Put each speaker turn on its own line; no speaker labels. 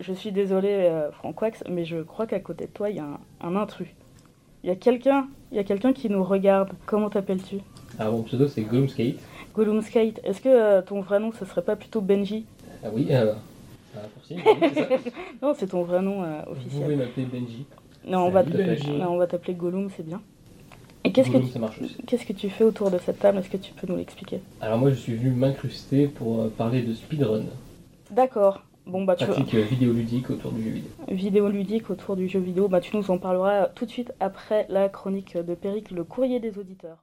Je suis désolée, euh, Francoax, mais je crois qu'à côté de toi, il y a un, un intrus. Il y a quelqu'un, il y a quelqu'un qui nous regarde. Comment t'appelles-tu
Alors Ah, mon pseudo c'est Gloomskate.
Gollumskate, est-ce que euh, ton vrai nom, ce serait pas plutôt Benji
Ah oui, euh, c'est un raccourci, mais oui, c'est ça.
Non, c'est ton vrai nom euh,
Vous
officiel.
pouvez m'appeler Benji.
Non, on va
Salut,
t'appeler-
Benji.
non, on va t'appeler Gollum, c'est bien. Et qu'est-ce que
Gloom,
tu-
ça marche aussi.
qu'est-ce que tu fais autour de cette table Est-ce que tu peux nous l'expliquer
Alors moi je suis venu m'incruster pour euh, parler de speedrun,
D'accord. Bon bah tu vois,
pratique euh, vidéoludique autour du jeu vidéo.
vidéo ludique autour du jeu vidéo, bah tu nous en parleras tout de suite après la chronique de Péric, le courrier des auditeurs.